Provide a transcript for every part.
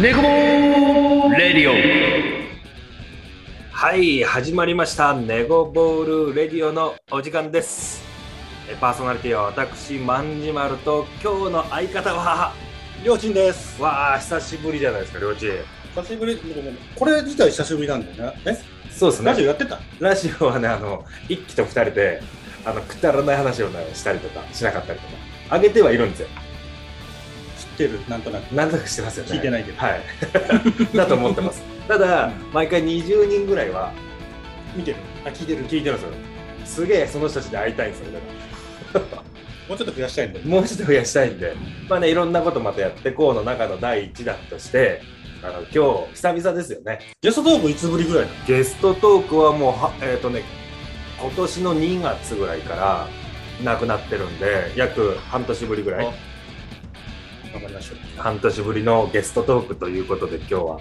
ネコボーレディオはい、始まりました。ネゴボールレディオのお時間です。えパーソナリティは私、万事丸と、今日の相方は、りょうちんです。わあ、久しぶりじゃないですか、りょうちん。久しぶり、でもこれ自体久しぶりなんだよね。え、そうですラジね。オやってたラジオはね、あの、一期と二人で、あの、くだらない話を、ね、したりとか、しなかったりとか、上げてはいるんですよ。知ってる、なんとなく。なんとなくしてますよね。聞いてないけどはい。 だと思ってます。ただ、毎回20人ぐらいは見てる。あ、聞いてる。も聞いてるんですよ。すげえ、その人たちに会いたいんですよ、だから。うちょっと増やしたいんだよ。もうちょっと増やしたいんで、まあね、いろんなことまたやってこうの中の第1弾として、あの今日、久々ですよね。ゲストトークいつぶりぐらいなのゲストトークはもうは、えっ、とね、今年の2月ぐらいからなくなってるんで、約半年ぶりぐらい、頑張りましょう。半年ぶりのゲストトークということで、今日は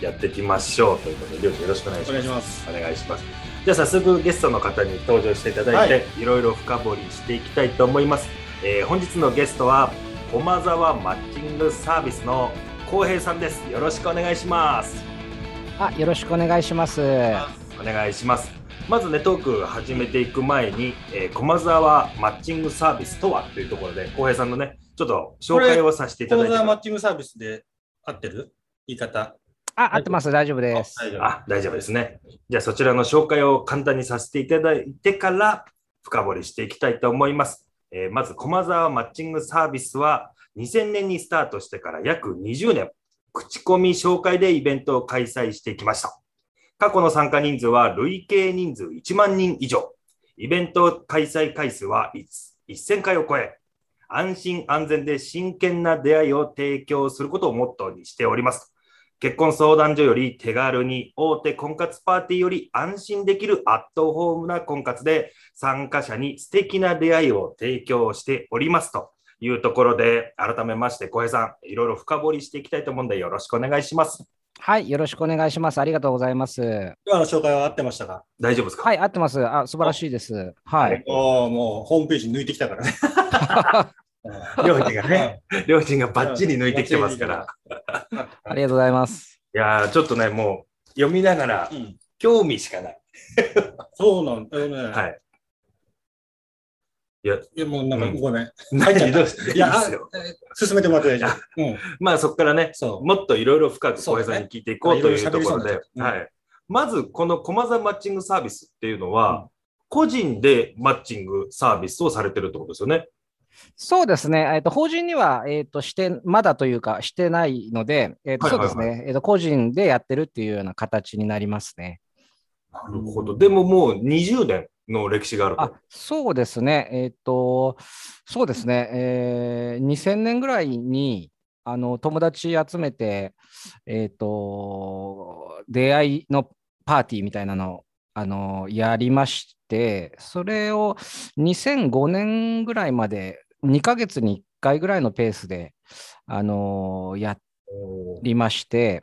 やっていきましょうということで、りょうちゃんよろしくお願いしおま願いすし。ます。お願いします。じゃあ早速ゲストの方に登場していただいて、、はいろいろ深掘りしていきたいと思います。えー本日のゲストは駒沢マッチングサービスの浩平さんです。よろしくお願いします。あ、よろしくお願いします。お願いします。まずねトーク始めていく前に、えー駒沢マッチングサービスとはというところで浩平さんのねちょっと紹介をさせていただ講いて座マッチングサービスで合ってる言い方。あ、合ってます。大丈夫です。大丈夫。あ大丈夫ですね。じゃあそちらの紹介を簡単にさせていただいてから深掘りしていきたいと思います。えーまず駒沢マッチングサービスは2000年にスタートしてから約20年、口コミ紹介でイベントを開催してきました。過去の参加人数は累計人数1万人以上。イベント開催回数は1000回を超え、安心安全で真剣な出会いを提供することをモットーにしております。結婚相談所より手軽に大手婚活パーティーより安心できるアットホームな婚活で参加者に素敵な出会いを提供しておりますというところで改めまして小平さんいろいろ深掘りしていきたいと思うんでよろしくお願いしますはい、よろしくお願いします。ありがとうございます。今の紹介は合ってましたか大丈夫ですか、はい、合ってます。あ、素晴らしいです。はい。おー、もうホームページ抜いてきたか らね。うん両親がね、両親がバッチリ抜いてきてますから。ありがとうございます。いやーちょっとねもう読みながらうん興味しかないそうなんだよね。はいいや、もうなんかごめん。入っちゃ何ったどうしていいいや、であすよえ進めてもらって大丈夫。うん。まあそこからねそう。もっといろいろ深くそ小うだ平ねさんに聞いていこうというところいでろいろ喋りそうになっちゃ、ったはいまずこの駒沢マッチングサービスっていうのは、う個人でマッチングサービスをされてるってことですよね。そうですね。えっ、と、法人には、えっ、と、して、まだというか、してないので、えっ、と、はいそうはいはでいすね。えっ、と、個人でやってるっていうような形になりますね。なるほど。でももう20年の歴史があるあと。、そうですね。えっ、と、そうですね。えー、2000年ぐらいに、あの、友達集めて、えっ、と、出会いのパーティーみたいなのを、あの、やりまして、それを2005年ぐらいまで、2ヶ月に1回ぐらいのペースで、あの、やっおーりまして、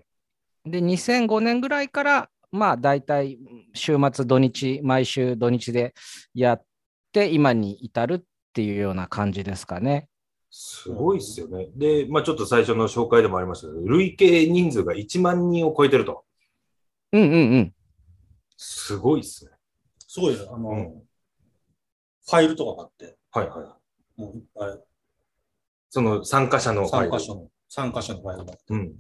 で、2005年ぐらいから、まあ、大体、週末、土日、毎週土日でやって、今に至るっていうような感じですかね。すごいですよね。で、まあちょっと最初の紹介でもありましたけど、累計人数が1万人を超えてると。うんうんうん。すごいですね。すごいよ。あの、うんファイルとかがあって、はいはい。もういっぱいその参加者の参ファ加イル者の、参加者のファイルが。うん。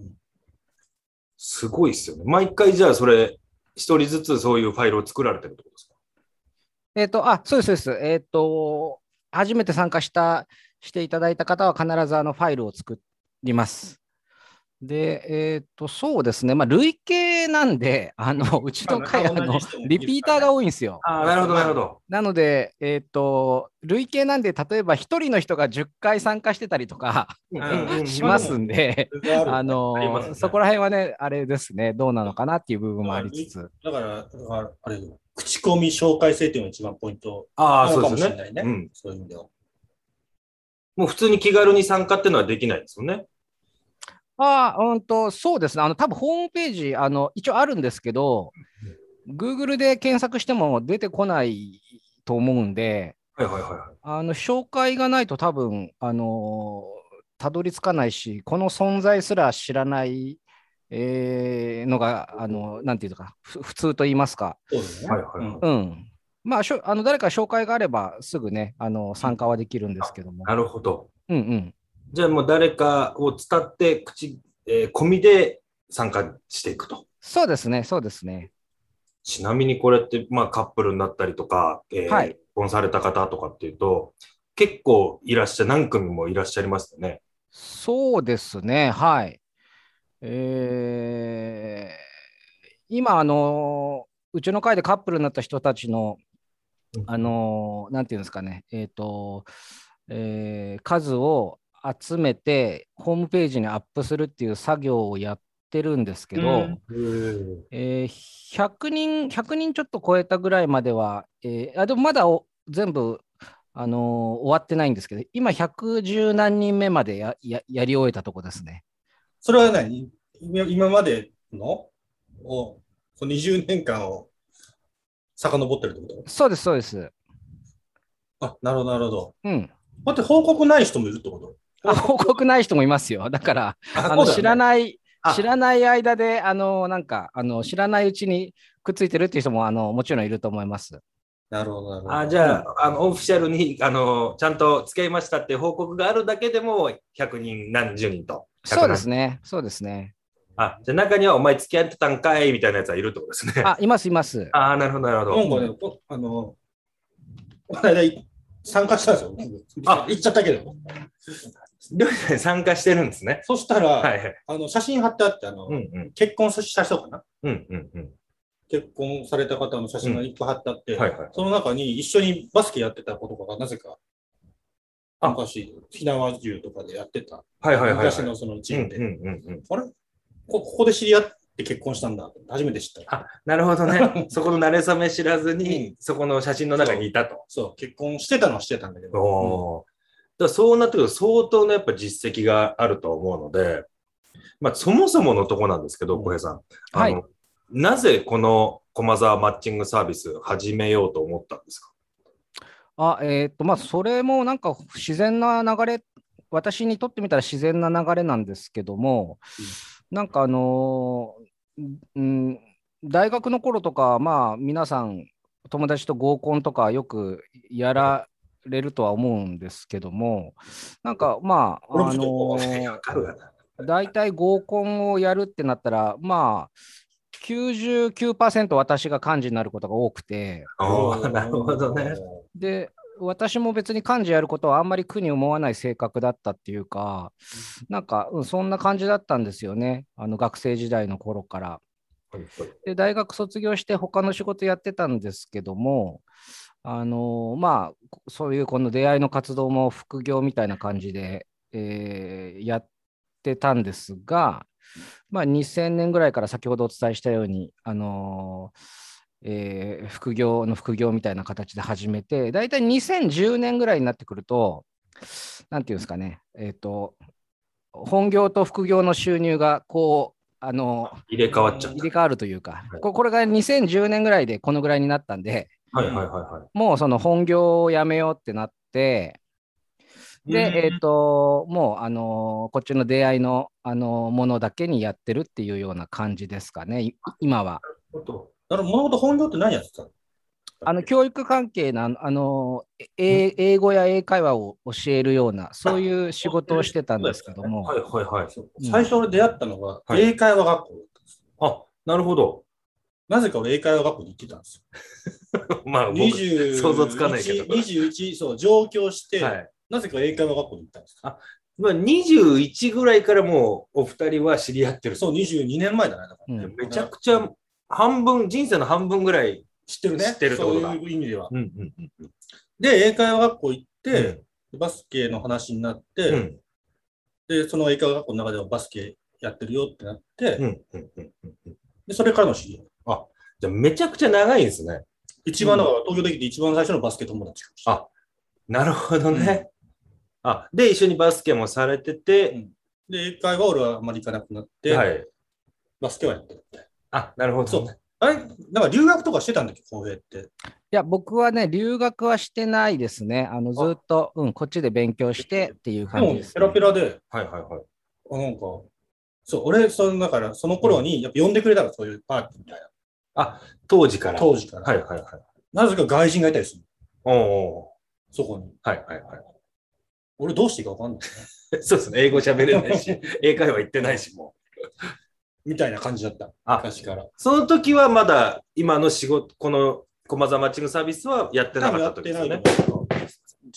すごいですよね。毎回じゃあそれ、一人ずつそういうファイルを作られてるってことですかえっ、と、あ、そうです、そうです。えっ、と、初めて参加した、していただいた方は、必ずあのファイルを作ります。で、えっ、と、そうですね。まあ、累計なんで、あの、うちの会、あまあの同じ人もいるからね、リピーターが多いんですよ。ああ、なるほど、なるほど。なので、えっ、と、累計なんで、例えば一人の人が10回参加してたりとかうんうんうんうんしますんで、それがあるあのありますねそこら辺はね、あれですね、どうなのかなっていう部分もありつつ、だから、だからあれよ口コミ紹介制っていうのが一番ポイントああ、なそのかうもでしすれよなねいね。。うん。そういう意味では。もう普通に気軽に参加っていうのはできないですよね。ああ、うんと、そうですね、あの多分ホームページ、あの一応あるんですけど、Google で検索しても出てこないと思うんで、はいはいはいはい。あの紹介がないと、多分あのたどり着かないし、この存在すら知らないえーのが、あの、なんていうのか、ふ普通と言いますか。そうですね。はいはいはいうんうん。まあ、しょあの誰か紹介があれば、すぐね、あの参加はできるんですけども。なるほど。うんうん。じゃあもう誰かを伝って口、えー込みで参加していくと。そうですね、そうですね。ちなみにこれって、まあ、カップルになったりとか、えーはい結婚された方とかっていうと、結構いらっしゃ、何組もいらっしゃいますよね。そうですね、はい。えー今、あのうちの会でカップルになった人たちの、あのなんていうんですかね、えっ、と、えー数を集めて、ホームページにアップするっていう作業をやってるんですけど、うんえー100人、100人ちょっと超えたぐらいまでは、えーあでもまだお全部、あのー終わってないんですけど、今、110何人目までやややり終えたとこですね。それは何今今までのを、こう20年間を遡ってるってこそうです、そうです。とあ、なるほど、なるほど。うん。だって報告ない人もいるってことあ報告ない人もいますよ。だから、ああの知らい。ないあ、知らない間で、あのーなんか、あの知らないうちにくっついてるっていう人も、あのもちろんいると思います。なるほど、なるほど。あじゃああの、オフィシャルにあのちゃんと付き合いましたっていう報告があるだけでも、100人、何十人と。そうですね。ね、そうですね。あじゃあ中には、お前付き合ってたんかいみたいなやつはいるってことですね。あ、います、います。ああ、なるほど、なるほど。なんかね、こあの、この間い参加したんですよ。ああ、行っちゃったけど。りょうさん参加してるんですね。そしたら、はいはい。あの写真貼ってあって、あのうんうん。結婚した人かなうんうんうん。結婚された方の写真がいっぱい貼ってあって、はいはい。その中に一緒にバスケやってた子とかがなぜか、あ昔、ひなわ銃とかでやってた、はいはいはい、はい。昔のそのチうんーうんムで、うんうん。あれこここで知り合って結婚したんだって初めて知った。あなるほど ね。そこの慣れ初め知らずに、うそこの写真の中にいたと。そう、結婚してたのはしてたんだけど、おーだからそうなってくると相当なやっぱ実績があると思うので、まあ、そもそものとこなんですけど、うん小平さん。はいあのなぜこの駒沢マッチングサービス始めようと思ったんですかあ、えーっと、まあ、それもなんか自然な流れ、私にとってみたら自然な流れなんですけども、なんかあのーうん、大学の頃とか、まあ、皆さん、友達と合コンとかよくやられるとは思うんですけども、なんかまあ、俺もあちょのっとーわかるかな。大体合コンをやるってなったら、まあ、99%私が幹事になることが多くて、おーなるほどね。。で私も別に幹事やることはあんまり苦に思わない性格だったっていうか、なんか、うん、そんな感じだったんですよね、あの学生時代の頃から。で、大学卒業して、他の仕事やってたんですけども、あのまあ、こそういうこの出会いの活動も副業みたいな感じで、えーやってたんですが、まあ、2000年ぐらいから先ほどお伝えしたように、あのえー副業の副業みたいな形で始めて、大体2010年ぐらいになってくると、なんていうんですかね、えっ、と、本業と副業の収入がこう、あの入れ替わっちゃっ入れ替わるというか、はいここれが2010年ぐらいでこのぐらいになったんで、た。はいはいはいはい。もうその本業をやめようってなって、うで、んえっ、と、もう、あのーこっちの出会いの、あのーものだけにやってるっていうような感じですかね、い今は。なるほど、もと本業って何やってたのあの、教育関係の、あのあのーえ英語や英会話を教えるような、そういう仕事をしてたんですけどもは、いはいはい。うん最初俺出会ったのが、はい英会話学校だったんですよあなるほど。なぜか俺英会話学校に行ってたんです よ。まあ僕、 20想像つかないけど21、そう、上京して、はいなぜか英会話学校に行ったんですよ。まあ、21ぐらいからもうお二人は知り合ってる。そう、22年前だね。だからうんめちゃくちゃ半分、人生の半分ぐらい。知ってるね。知ってるってことだそういう意味では。うんうんうん。で、英会話学校行ってで、、バスケの話になって、うんで、その英会話学校の中ではバスケやってるよってなって、うんうんうんうん。で、それからの知り合い。じゃあめちゃくちゃ長いんですね。一番だから、東京できて一番最初のバスケ友達かもしれないあなるほどね。あで、一緒にバスケもされてて、で、英会話俺はあんまり行かなくなって、はい。バスケはやってるみたいな。あなるほど、ね。あれなんか留学とかしてたんだっけ、公平って。いや、僕はね、留学はしてないですね。あのずっと、うん、こっちで勉強してっていうで感じもで、すペね、ラペラで、はいはいはい。あなんか、そう、俺、その、だから、その頃に、やっぱ呼んでくれたら、そういうパーティーみたいな。当時から。当時から。はいはいはい。なぜか外人がいたりする。おうおそこに。うはいはいはい。俺どうしていいかわかんない。そうですね。英語喋れない し、英会話行ってないし、もう。みたいな感じだった。あ昔から。その時はまだ、今の仕事、この駒沢マッチングサービスはやってなかった時ですよね。多分やってないと思うけど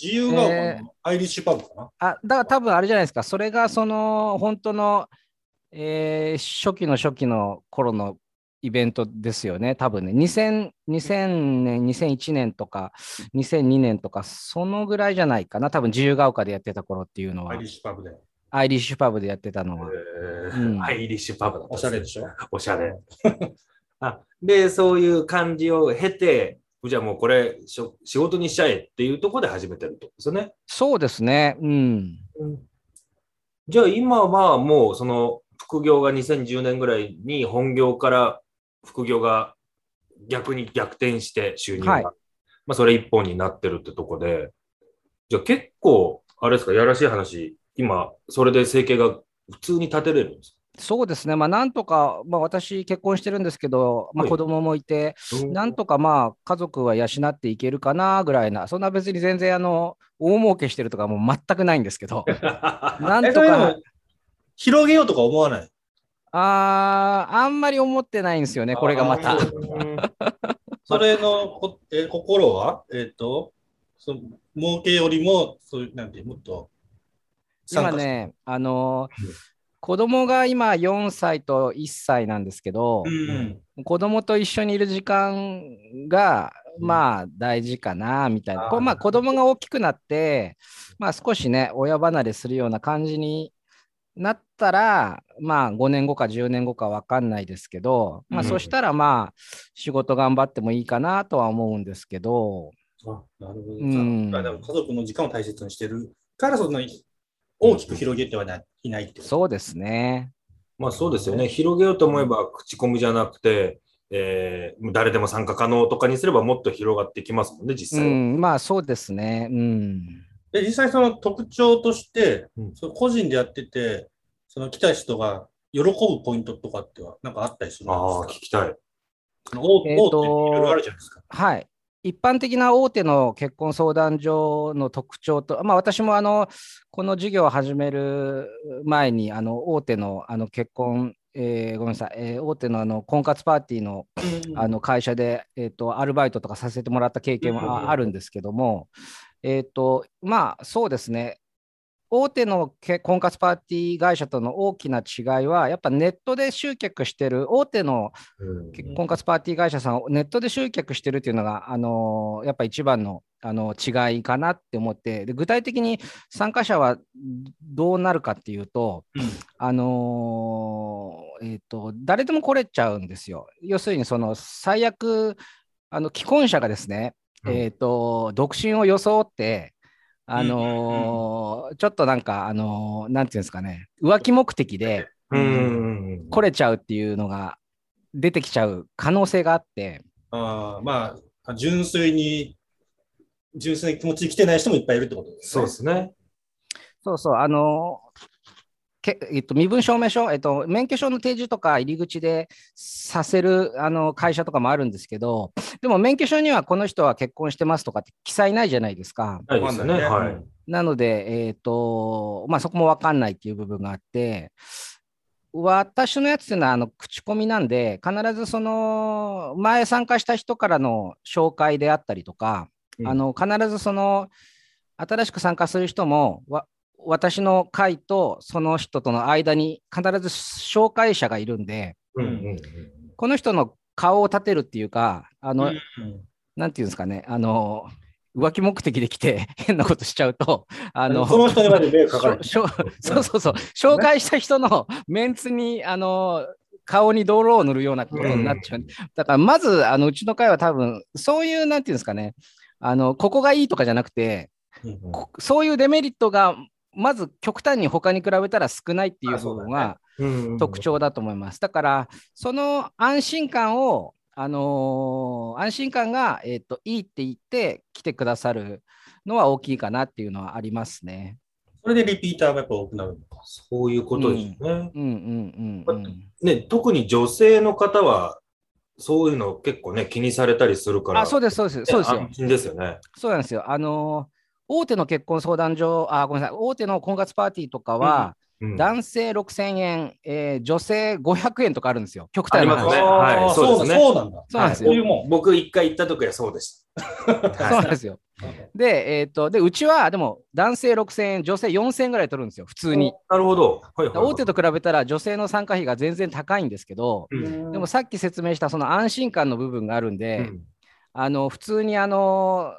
自由が丘えのアイリッシュパブかな。あだから多分あれじゃないですか、それがその本当の、えー初期の初期の頃のイベントですよね、多分ね、2000, 2000年、2001年とか、2002年とか、そのぐらいじゃないかな、多分自由が丘でやってた頃っていうのアはイリ、ッシュパブで。アイリッシュパブでやってたのは。えうんーアイリッシュパブだったんおでしゃすねれでしょ。おしゃれ。あで、そういう感じを経て、じゃあもうこれしょ仕事にしちゃえっていうところで始めてるってことですよね。そうですね、うん。じゃあ今はもうその副業が2010年ぐらいに本業から副業が逆に逆転して収入が、はいまあそれ一本になってるってとこで、じゃあ結構、あれですか、やらしい話、今、それで生計が普通に立てれるんですそうですね、まあ、なんとか、まあ、私、結婚してるんですけど、まあ、はい子供もいて、か なんとかまあ家族は養っていけるかなぐらいな、そんな別に全然あの大儲けしてるとかもう全くないんですけど、なん えとそれでかも、広げようとか思わない。あーあんまり思ってないんですよね、これがまあたー。それのこえ心は、えっ、と、その儲けよりも、そういう、なんていう、もっと参加今して、ね、あのうん子供が今4歳と1歳なんですけど、うん。子供と一緒にいる時間が、まあ大事かなみたいな、あーこうまあ、子供が大きくなって、まあ、少しね親離れするような感じになったらまあ5年後か10年後か分かんないですけど、まあ、うんそしたらまあ仕事頑張ってもいいかなとは思うんですけど、あなるほど。うんだから家族の時間を大切にしてるから、そんなに大きく広げてはないないってこと。そうですね まあそうですよね。広げようと思えば口コミじゃなくて、えー誰でも参加可能とかにすればもっと広がっていきますもんね、実う際は。んまあそうですねうんで、実際その特徴として、うんその個人でやってて、その来た人が喜ぶポイントとかっては、なんかあったりするんですああ、か聞きたい。その大手、えー大手とっていろいろあるじゃないですか。はい。一般的な大手の結婚相談所の特徴と、まあ、私もあのこの事業を始める前にあの大手のあの結婚、えーごめんなさい、えー大手のあの婚活パーティーのあの会社で、えー、とアルバイトとかさせてもらった経験うんうんうんはあるんですけども、えー、とまあそうですね大手のけ婚活パーティー会社との大きな違いはやっぱネットで集客してる大手のうん結婚活パーティー会社さんをネットで集客してるっていうのが、あのーやっぱ一番の、あのー違いかなって思ってで具体的に参加者はどうなるかっていうと、うんあのーえー、と誰でも来れちゃうんですよ。要するにその最悪あの既婚者がですね、うんえー、と独身を装ってあのーちょっとなんか、あのーなんていうんですかね浮気目的でうん。来れちゃうっていうのが出てきちゃう可能性があって、あーまあ、純粋に、純粋な気持ちで来てない人もいっぱいいるってことですそうですね。そうそう、あの、けえっと、身分証明書、えっと、免許証の提示とか入り口でさせるあの会社とかもあるんですけど、でも免許証にはこの人は結婚してますとかって記載ないじゃないですか。ないですよね。わかんはないいね。なので、えっとまあ、そこも分かんないっていう部分があって、私のやつっていうのはあの口コミなんで、必ずその前参加した人からの紹介であったりとか、うんあの必ずその新しく参加する人もわ私の会とその人との間に必ず紹介者がいるんで、うんうんこの人の顔を立てるっていうか、あのうんなんていうんですかね、あの浮気目的で来て 変なことしちゃうと、あのその人にまで迷惑かかる。しょしょそうそうそう、紹介した人のメンツに、あの、顔に泥を塗るようなことうんになっちゃう。だから、まず、あの、うちの会は多分、そういう、なんていうんですかね、あの、ここがいいとかじゃなくて、うんこそういうデメリットが、まず極端に他に比べたら少ないっていうあそ方うだねがうんうん特。徴だと思います。だから、その安心感を、あのー安心感が、えっ、と、いいって言って来てくださるのは大きいかなっていうのはありますね。それでリピーターがやっぱ多くなるのか。そういうことですね。うんうんうんうん。ね、特に女性の方は、そういうの結構ね、気にされたりするから、あ、そうです、そうです、そうですよ安。心ですよね。そうなんですよ。あのー大手の結婚相談所、あ、ごめんなさい、大手の婚活パーティーとかは、うん男性6000円、えー女性500円とかあるんですよ、極あ端りなます話。ね。あーはい、そうですね。そうなんだ。そうなんですよそういうもん。僕、一回行った時はそうでし そうなんですよ。で、えっ、と、で、うちは、でも、男性6000円、女性4000円ぐらい取るんですよ、普た。通に。なるほど。はいはいはい大手と比べたら、女性の参加費が全然高いんですけど、うんでもさっき説明した、その安心感の部分があるんで、うんあの、普通に、あの、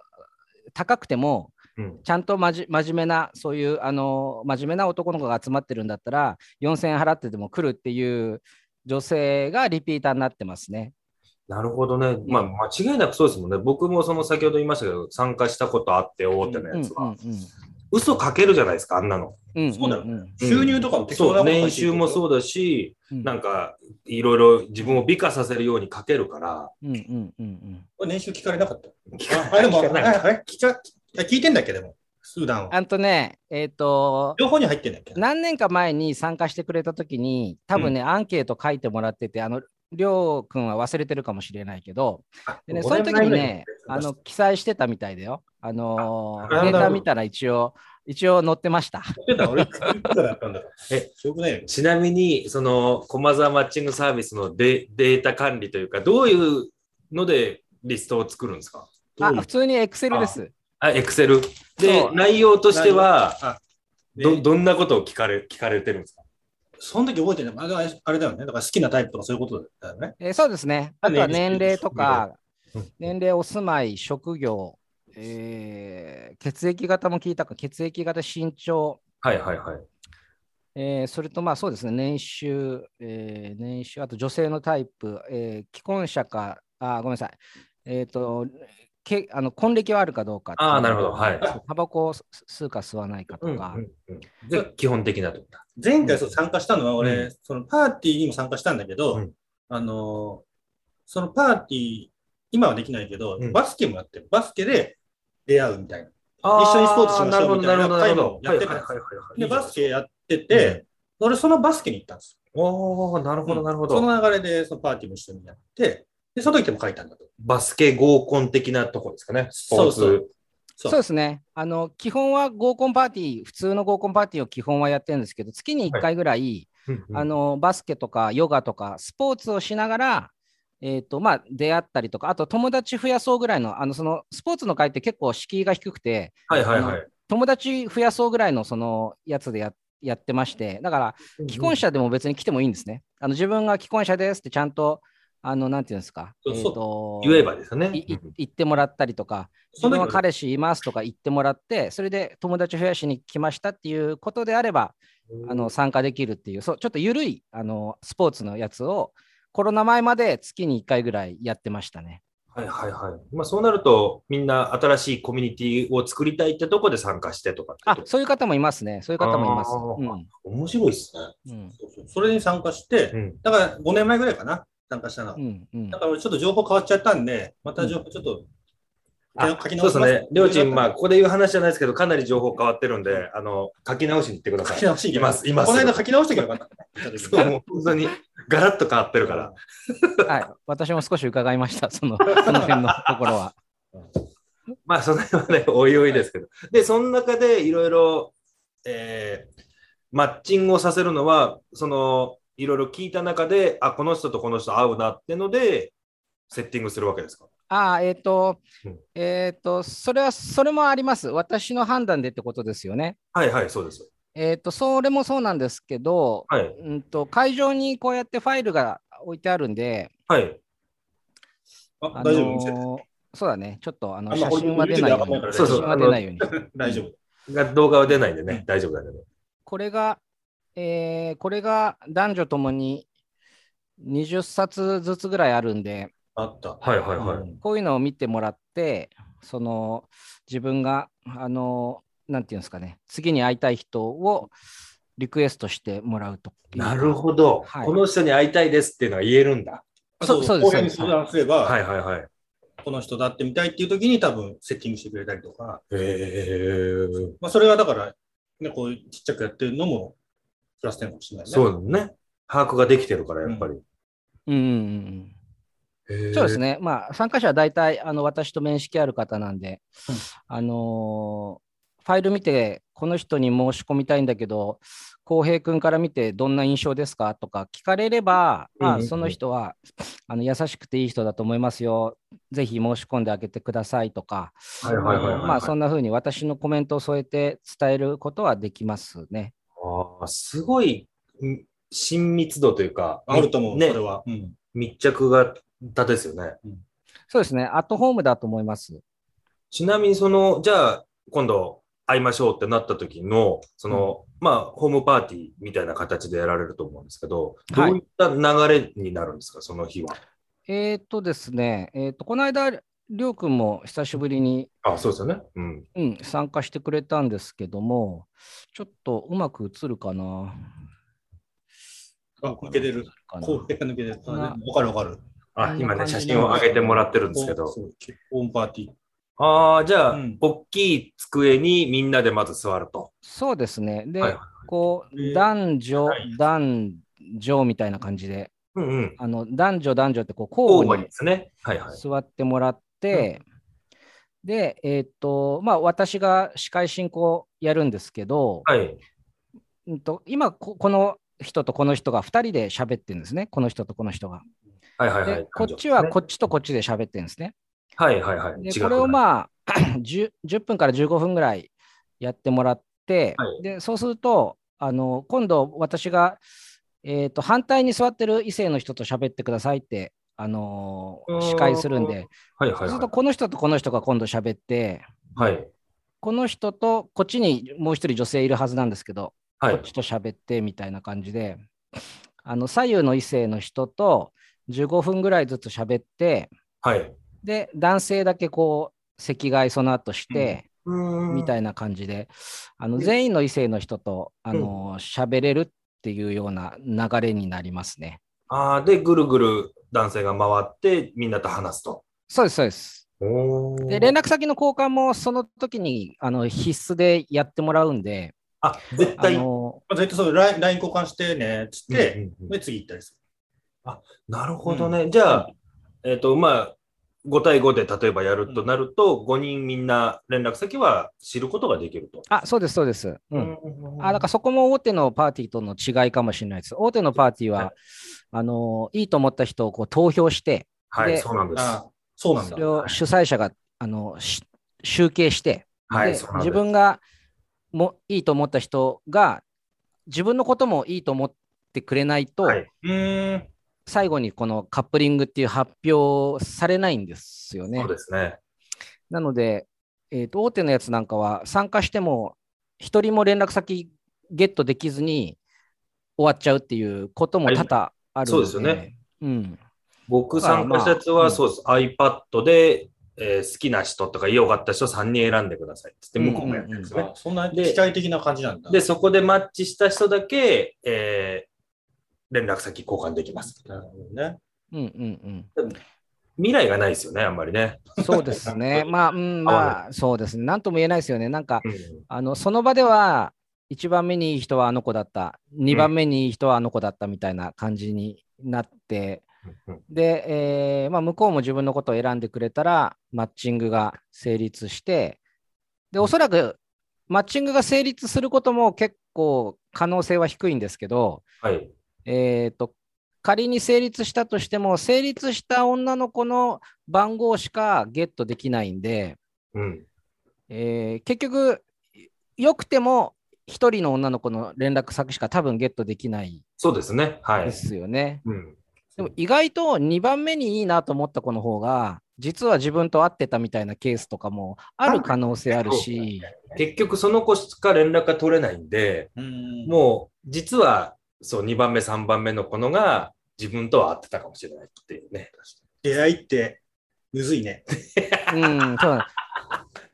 高くても、うんちゃんとまじ真面目な、そういう、あの、真面目な男の子が集まってるんだったら、4000円払ってでも来るっていう女性がリピーターになってますね。なるほどね。まあ、間違いなくそうですもんね。僕もその先ほど言いましたけど、参加したことあって、大手のうんやうんつは。うん嘘かけるじゃないですか、あんなの。うんうんそうだようん収入とかも適当そなう、年収もう。そうだし、うんなんか、いろいろ自分を美化させるようにかけるから、うんうんうんうんこれ年収聞かれなかった。聞か ああれも、聞あれか なあれ聞かいや聞いてんだっけでも、スーダンは。あとね、えっ、と、両方に入ってんだっけ何年か前に参加してくれたときに、多分ね、アンケート書いてもらってて、あの、りょうくんは忘れてるかもしれないけど、でね、その時にね、あの、記載してたみたいだよ。あのあなるー、ほデどータ見たら一応、一応載ってました。言ってた俺、いくらだったんだから。ええ、しょうがないよね。ちなみに、その、駒沢マッチングサービスのデデータ管理というか、どういうのでリストを作るんですかあ、普通にエクセルです。あ、エクセル。でそ、う内容としては、どど、ういう。ど、どんなことを聞かれ、聞かれてるんですかその時覚えてない。あれはあれだよね。だから好きなタイプとかそういうことだよね。えーそうですね。ああとは年年齢齢とかうん、年齢、お住まい、職業、えー血液型も聞いたか、血液型、身長、はいはいはい。えーそれとまあそうですね、年収、えー年収、あと女性のタイプ、えー既婚者か、あーごめんなさい、えっ、と、けあの婚歴はあるかどうかっていうああ、なるほど。はい。タバコを吸吸うか吸わないかとうんうんか、うんで基本的なとこだ。前回そう参加したのは、俺、うんそのパーティーにも参加したんだけど、うんあのーそのパーティー、今はできないけど、うんバスケもやってる。バスケで出会うみたいな。あ一緒にスポーツしましょうみたいななるほど、な会もやるってほど。たはいんはでいはすいはい。で、バスケやってうて、俺そのバスケに行ったんですおおなるほど、なるほよ。そど。の流れでそのパーティーも一緒にやって、で、その時でも書いたんだと。バスケ合コン的なとこですかね。スポーツ。そうそうそうそうですね、あの基本は合コンパーティー、普通の合コンパーティーを基本はやってるんですけど、月に1回ぐらい、うんうんあのバスケとかヨガとかスポーツをしながら、えーとまあ、出会ったりとかあと友達増やそうぐらいのあのそのスポーツの会って結構敷居が低くてはいはいはい。友達増やそうぐらいのそのやつでややってましてだから既婚者でも別に来てもいいんですね、あの自分が既婚者ですってちゃんとあのなんていうんですか、そうーと言えばですよね。いい言ってもらったりとか自その分時は彼氏いますとか言ってもらってそれで友達増やしに来ましたっていうことであればあの参加できるっていう、そうちょっと緩いあのスポーツのやつをコロナ前まで月に1回ぐらいやってましたね。はいはいはい。まあそうなると、みんな新しいコミュニティを作りたいってとこで参加してとかってあことそういう方もいますね。そういう方もいます。あー面白いですね。うんうんそうそうそれに参加して、うん。だから5年前ぐらいかな、参加したの。うんうんだから俺ちょっと情報変わっちゃったんで、また情報ちょっと、あ書きそうで直しすますね。りょうちん、まあ、ここで言う話じゃないですけど、かなり情報変わってるんで、あの、書き直しに行ってくだ書さきい。直しに行きいますいますこの間書き直してけばよかっ た。そう、もう本当に、ガラッと変わってるから。はい、私も少し伺いました、その その辺のところは。まあ、その辺はね、おいおいですけど。で、その中でいろいろ、えーマッチングをさせるのは、その、いろいろ聞いた中で、あ、この人とこの人合うなってので、セッティングするわけですか。ああ、えっ、とうん、えっ、と、それは、それもあります。私の判断でってことですよね。はいはい、そうです。えっ、と、それもそうなんですけど、はい。うんと、会場にこうやってファイルが置いてあるんで、はい。ああ大丈の夫見せてーそうだね、ちょっとあのあん写ま真は出ないよう俺 YouTube で上がんないか。にらそうそう写真は出ないように。大丈夫。が動画は出ないんでね、大丈夫だけど。これが、えーこれが男女ともに20冊ずつぐらいあるんで、あった。はいはいはい。うんこういうのを見てもらって、その自分が、あのーなんていうんですかね、次に会いたい人をリクエストしてもらうというなるほど、はいこの人に会いたいですっていうのは言えるんだ。そうそうです公平に相談すれば、はいはいはい。この人だってみたいっていう時に多分セッティングしてくれたりとか、へえ。まあ、それはだから、ね、こうちっちゃくやってるのもプラス点かもしれないね。そうなのね。把握ができてるから、やっぱり。うんうんうんへうーん、そうです。ね、まあ、参加者は大体あの私と面識ある方なんで、うんあのーファイル見て、この人に申し込みたいんだけど、浩平君から見てどんな印象ですかとか聞かれれば、うんうんうんあその人はあの優しくていい人だと思いますよ、ぜひ申し込んであげてくださいとか、はいはいはいはい、まあ、そんな風に私のコメントを添えて伝えることはできますね。あーすごいん親密度というか、あると思う、ねこれは。うん。密着型ですよね。そうですね、アットホームだと思います。ちなみに、その、じゃあ、今度会いましょうってなった時の、その、まあ、ホームパーティーみたいな形でやられると思うんですけど、どはいういった流れになるんですか、その日は。えーっとですね、えーっとこの間、りょうくんも久しぶりにあ、そうですよね。うん。うん、参加してくれたんですけども、ちょっとうまく映るかな。あ、抜けてる。かな公平が抜けてる。こんなあねわかるわかる。あ、今こんなね、感じ写なんです真を上げてもらってるんですけど。そうホームパーティー。ああ、じゃあ、うん大きい机にみんなでまず座ると。そうですね。で、はいはいこえーう、男女、はい男女みたいな感じで、うんうん。あの男女、男女ってこう交交互互にでにすね。はいはい。座ってもらって、で、えーっと、まあ、私が司会進行やるんですけど、はい。うんと今こ、この人とこの人が2人で喋ってるんですね。この人とこの人が。はいはいはいで、。こっちはこっちとこっちで喋ってるんですね。はいはいはい。で違うこれをあ、まあ 10, 10分から15分ぐらいやってもらって、はいでそうするとあの今度私が、えー、と反対に座ってる異性の人と喋ってくださいって、あのーうん司会するんではいはそいうするはとこの人とこの人が今度喋ってい。はい。この人とこっちにもう一人女性いるはずなんですけど、はこいっ。ちと喋ってみたいな感じであの左右の異性の人と15分ぐらいずつ喋ってはい。で男性だけこう席替えその後して。みたいいな感じで、あの全員の異性の人とあの喋れるっていうような流れになりますね。な。あーで、ぐるぐる男性が回って、みんなと話すと。そうです、そうです。おーで、連絡先の交換もその時にあの必須でやってもらうんで、あ、絶あ対。のまあ、大体そう、ラインライン交換してね、つっうんて、うんうんで、次行ったりすなるほどね。じゃあ、えっ、と、まあ、5対5で例えばやるとなると、5人みんな連絡先は知ることができると。あ、そうです、そうです。うん。んあだからそこも大手のパーティーとの違いかもしれないです。大手のパーティーは、はいあのいいと思った人をこう投票して、はい、でそうなんる。です。あそうなんそだれ。を主催者があのし集計して、はい、でそうなんです。自分がもいいと思った人が自分のこともいいと思ってくれないと、はいうーん。最後にこのカップリングっていう発表されないんですよねそう。ですね。なので、えーと大手のやつなんかは参加しても1人も連絡先ゲットできずに終わっちゃうっていうことも多々あるので。そうですよねうん、僕参加したやつまあまは、あそうです。iPad で、えー好きな人とか良かった人3人選んでくださいっつって向こうがやってるんですね。あそんなで機械的な感じなんだ。で、そこでマッチした人だけ、えー連絡先交換できます。なるほどね。うんうん未来がないですよね、あんまりね。 うん、そうですね。まあ、うん、まあ、そうですね。なんとも言えないですよね。なんか、うんあのその場では1番目にいい人はあの子だった2番目にいい人はあの子だったみたいな感じになって、うんで、えーまあ、向こうも自分のことを選んでくれたらマッチングが成立してでおそらくマッチングが成立することも結構可能性は低いんですけど、はい。えー、と仮に成立したとしても成立した女の子の番号しかゲットできないんで。うん。えー結局、よくても1人の女の子の連絡先しか多分ゲットできないそうですね。はでい。すよね。うん。でも意外と2番目にいいなと思った子の方が、実は自分と会ってたみたいなケースとかもある可能性あるし、結局、その子しか連絡が取れないんで、うーん。ももう、実は、そう、2番目、3番目の子のが、自分とは合ってたかもしれないっていうね。う、出会いって、むずいね。うん、そう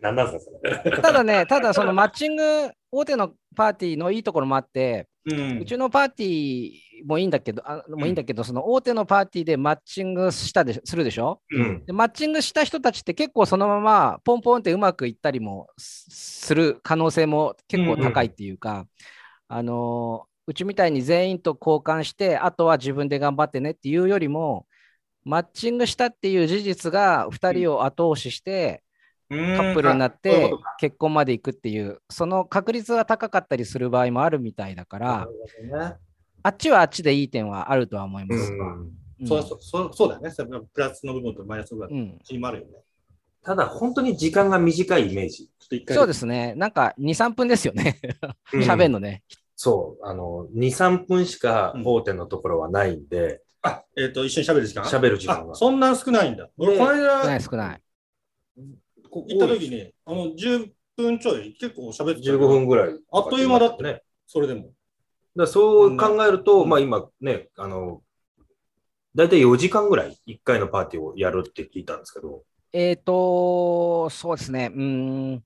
なんなんなんですか、それ。ですただね、ただそのマッチング、大手のパーティーのいいところもあって、うんうちのパーティーもいいんだけど、あもういいんだけど、その大手のパーティーでマッチングしたでするでしょうん。でマッチングした人たちって結構そのままポンポンってうまくいったりもすする可能性も結構高いっていうか、あのうちみたいに全員と交換して、あとは自分で頑張ってねっていうよりも、マッチングしたっていう事実が2人を後押しして、カカップルになって結婚まで行くっていう、その確率が高かったりする場合もあるみたいだから、あっちはあっちでいい点はあるとは思います。うんそうそうそうそうだね。そのプラスの部分とマイナスの部う分んがチームあるよね。ただ、本当に時間が短いイメージ。ちょっと一回そうですね。なんか2、3分ですよね。うん喋るのね。そう、あの、2、3分しか盲点のところはないんで、あ、えっ、と、一緒に喋る時間喋、る時間あ、が。そんな少ないんだ。俺、この少な間い少ない。こ行った時に、あの、10分ちょい、結構喋ってた15分ぐらい。あっという間だったね。だかそれでも。らそう考えると、うんまあ今ね、あの、だいたい4時間ぐらい1回のパーティーをやるって聞いたんですけど、えっ、と、そうですね。うーん。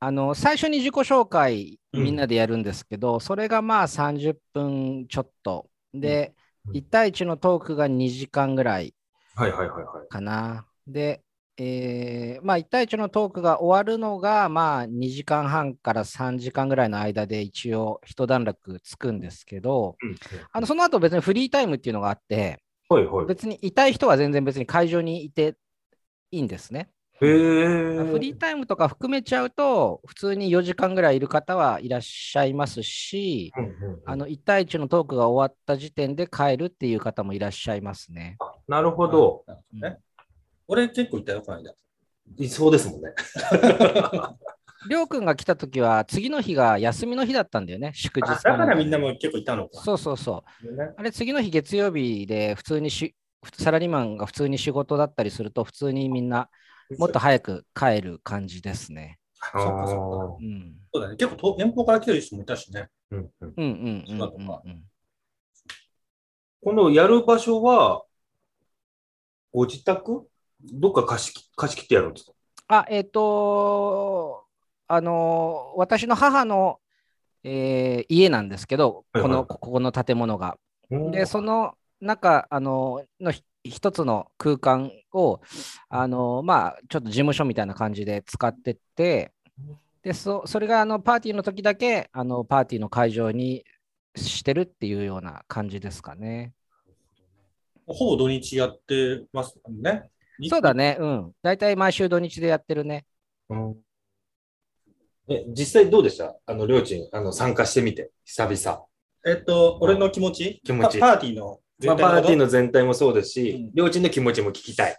あの、最初に自己紹介うんみんなでやるんですけど、それがまあ30分ちょっと。で、うん1対1のトークが2時間ぐらいはいはいはいはい。かな。で、えーまあ1対1のトークが終わるのがまあ2時間半から3時間ぐらいの間で一応一段落つくんですけど、うんあのその後別にフリータイムっていうのがあって、はいはい。別にいたい人は全然別に会場にいていいんですね。へフリーータイムとか含めちゃうと、普通に4時間ぐらいいる方はいらっしゃいますし、うんうんうんあの1対1のトークが終わった時点で帰るっていう方もいらっしゃいますね。なるほど。なるほどね。俺結構行ったよ、この間。いそうですもんね。りょうくんが来た時は、次の日が休みの日だったんだよね、祝日あだかからら。みんなも結構いたのか。そうそうそう。うね。あれ、次の日月曜日で、普通にしサラリーマンが普通に仕事だったりすると、普通にみんな もっと早く帰る感じですね。あそうかそうーうん、そうだね。結構遠遠方から来てる人もいたしね。うんうんうんうんうんうんそうだとうん。このやる場所は、ご自宅どっか貸し切貸し切ってやるんですかあ、えっ、とあのー私の母の、えー家なんですけど、はいはいこの、ここの建物が。で、そのの中、あのーのひ一つの空間を、あのーまあ、ちょっと事務所みたいな感じで使ってて、で、そそれがあのパーティーの時だけ、あのパーティーの会場にしてるっていうような感じですかね。ほぼ土日やってますもんね。そうだね、うん。大体毎週土日でやってるね。え実際どうでしたあの、りょうちん、あの、参加してみて、久々。えっと、俺の気持ち気持ちパパーティーのまあ、パーティーのの全体もそうですうしん、りょうちんの気持ちも聞きたい。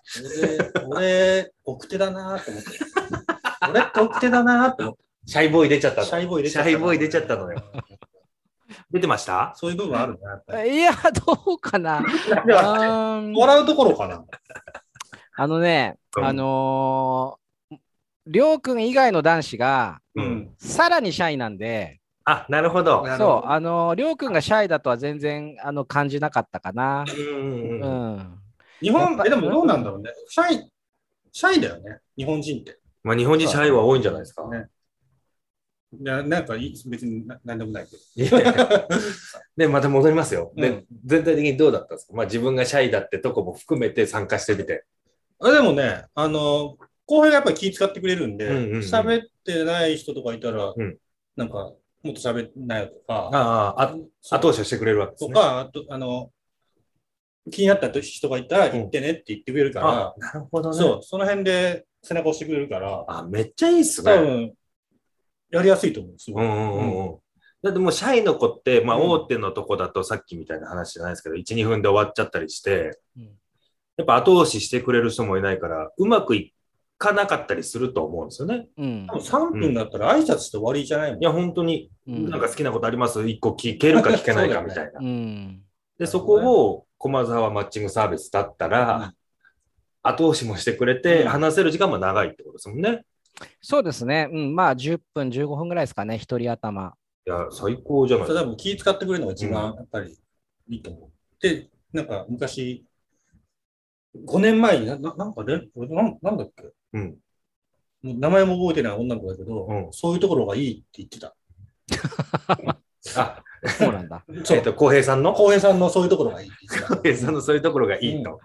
こと。俺、俺奥手だなと思って。俺って奥手だなと思って。シャイボーイ出ちゃった の。シャイボーイ出ちゃった。シャイボーイ出ちゃったのよ。。出てましたそういう部分あるなやっぱり。いや、どう かな。あー笑うところかな。あのね、うんあのーりょうくん以外の男子が、う。うんん。さらにシャイなんで、あ、なるほど。なるほそどう、あのーりょうくんがシャイだとは全然あの感じなかったかな。うんううんうん。ん。日やっ本、ぱえ、でもどうなんだろうね。シャイ、シャイだよね。日本人って。まあ、日本人シャイは多いんじゃないですか。ね。ななんかいい、別にななんでもないけど。いやで、また戻りますよ。うでん、全体的にどうだったんですかまあ、自分がシャイだってとこも含めて参加してみて。あでもね、あの、後輩がやっぱり気使ってくれるんで、うんうんうん喋ってない人とかいたら、うんなんか、もっと喋んなよとか、ああ、あそう後押しをしてくれるわけですとね。か、あと、あの、気になった人がいたら、言ってねって言ってくれるから、なるほどね。そう、その辺で背中押してくれるから、あ、めっちゃいいっす多ね。分、やりやすいと思う、すうごい。んうんうんうん。だってもうシャイの子って、まあうん大手のとこだとさっきみたいな話じゃないですけど、1、2分で終わっちゃったりしてうん、やっぱ後押ししてくれる人もいないから、うまくいかなかったりすると思うんですよね。うん多。分3分だったら挨拶して終わりじゃないもん。いや、本当に、うんなんか好きなことあります ?1 個聞けるか聞けないかみたいな。うん。で、そそうこだねを駒沢マッチングサービスだったうら、後押しもしてくれて、うん話せる時間も長いってことですもんね。そうですね。うん。まあ、10分、15分ぐらいですかね、一人頭。いや、最高じゃないそですれか。多分気使ってくれるのが一番やっぱりいいと思う。で、なんか昔、5年前にな、ななんかね、これなんなんだっけうん。もう名前も覚えてない女の子だけど、うんそういうところがいいって言ってた。あ、そうなんだ。そえっう。と、浩平さんの浩平さんのそういうところがいいって言ってた。えそのそういうところがいいと。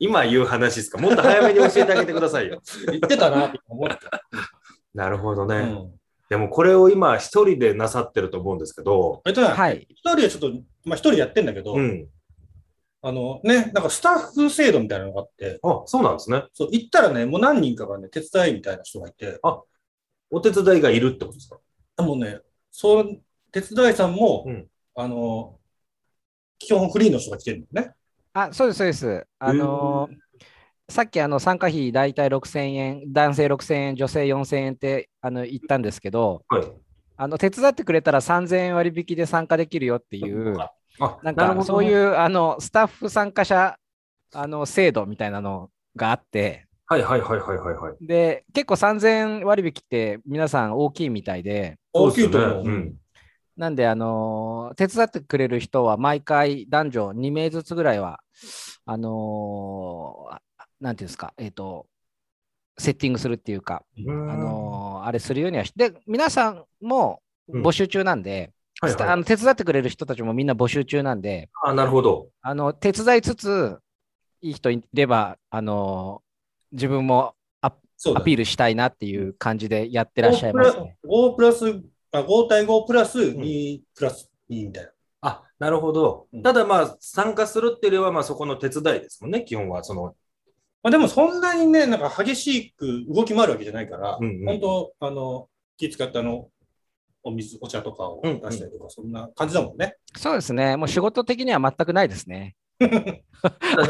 今言う話ですかもっ と早めに教えてあげてくださいよ。言ってたなって思った。 なるほどね。うんでもこれを今一人でなさってると思うんですけど、えっとね、はい。一人はちょっと、まあ一人やってんだけど、うん。あのね、なんかスタッフ制度みたいなのがあって、あ、そうなんですね。そう、行ったらね、もう何人かがね、手伝いみたいな人がいて、お手伝いがいるってことですかでもね、その手伝いさんも、うんあの、基本フリーの人が来てるんだよね。あ、そうです、そうです。あのーさっきあの参加費大体6000円、男性6000円、女性4000円ってあの言ったんですけど、はい。あの手伝ってくれたら3000円割引で参加できるよっていう、あ、なんなるほかどそういうあのスタッフ参加者あの制度みたいなのがあって、はいはいはいはいはいはい。で、結構3000円割引って皆さん大きいみたいで、大きいとそ思うでう。すよねうん。なんで、あのー手伝ってくれる人は毎回男女2名ずつぐらいは、あのーあなんていうんですか、えっ、と、セッティングするっていうか、あのーあれするようにはしで、皆さんも募集中なんで、はいスタはあいの手伝ってくれる人たちもみんな募集中なんで、あ、なるほど。あの手伝いつつ、いい人いれば、あのー自分もそうだアねピールしたいなっていう感じでやってらっしゃいますね。 5プラス、あ5対5プラス2プラス2みたいな。あ、なるほどうん。ただまあ、参加するっていうよりは、まあそこの手伝いですもんね、基本は。その、まあ、でもそんなにね、なんか激しく動き回るわけじゃないから、うんうん本当、あの、気使ったあの、お水、お茶とかを出したりとか、そんな感じだもんね。そうですね、もう仕事的には全くないですね。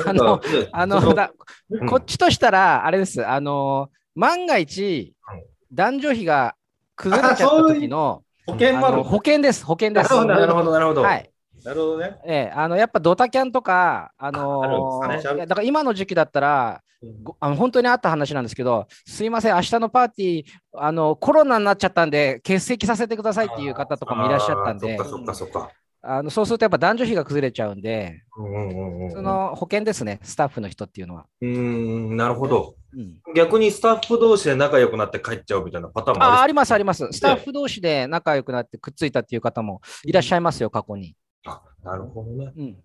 あの、あの、だうんこっちとしたら、あれです、あの、万が一はい、男女比が崩れちゃった時の、保険もああるの保険です、保険なでるす。ほど、なるほど、なるほど。はい。なるほどね。ええ、あの、やっぱドタキャンとか、ああのあるんですかねいやだから今の時期だったら、ごあの本当にあった話なんですけど、すいません、明日のパーティー、あの、コロナになっちゃったんで、欠席させてくださいっていう方とかもいらっしゃったんであー、そっかそっかそっか。あのそうするとやっぱ男女比が崩れちゃうんで、うんうんうんうんその保険ですね、スタッフの人っていうのは。うーん、なるほど。うん逆にスタッフ同士で仲良くなって帰っちゃうみたいなパターンもあああるりますあります。スタッフ同士で仲良くなってくっついたっていう方もいらっしゃいますよ、過去に。あなるほどね。うん、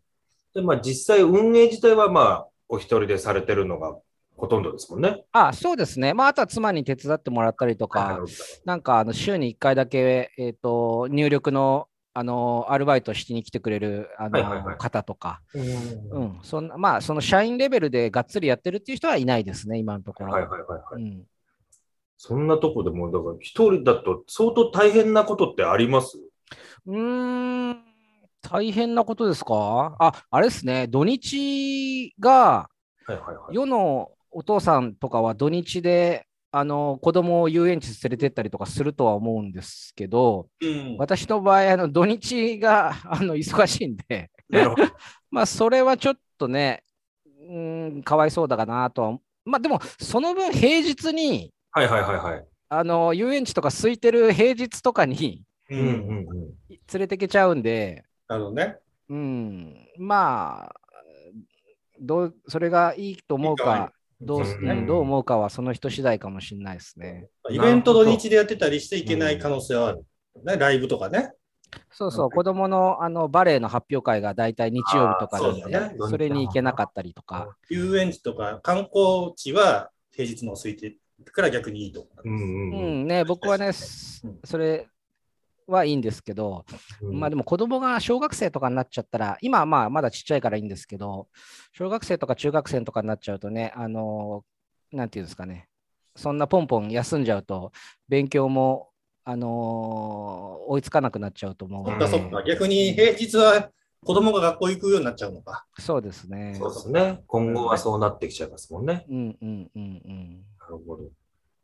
で、まあ実際運営自体はまあお一人でされてるのがほとんどですもんね。あそうですね。まあ、あとは妻に手伝ってもらったりとなかる、ほなんかあの週に1回だけ、えー、と入力のあのアルバイトしに来てくれるあの、はいはいはい方とか、どうはんそんなまあ、その社員レベルでがっつりやってるっていう人はいないですね、今のとこいろ。はいはいはい。うん、そんなとこでも、だから一人だと相当大変なことってありますうーん、大変なことですかあ、あれですね、土日はが、いはいはい。世のお父さんとかは土日で、あの子供を遊園地連れてったりとかするとは思うんですけど、うん。私の場合、あの土日があの忙しいんで、なるほど。まあ、それはちょっとね、うーん、かわいそうだかなとは。まあ、でも、その分、平日に、はいはいはいはい。あの遊園地とか空いてる平日とかにううんん。うんうん。連れてけちゃうんで、なるほどね。うん、まあ、どうそれがいいと思いういか悪か、どうすうんうんどう思うかはその人次第かもしれないですね。イベント土日でやってたりしていけない可能性はある。ね、ライブとかね。そうそう、子供のあのバレエの発表会が大体日曜日とかなんあーそうで、だそよねれに行けなかったりとか、遊園地とか観光地は平日の方が空いてるから逆にいいと思う。うんううんうん。んね、僕はね、すうんそれはいいんですけど、まあでも子供が小学生とかになっちゃったら、今はまあまだちっちゃいからいいんですけど、小学生とか中学生とかになっちゃうとね、あのなんていうんですかね、そんなポンポン休んじゃうと、勉強も、あの追いつかなくなっちゃうと思うそのっで、かそっか。逆に平日は子供が学校行くようになっちゃうのか。そうですね。そうですね。今後はそうなってきちゃいますもんね。うんうんうんうん。なるほど。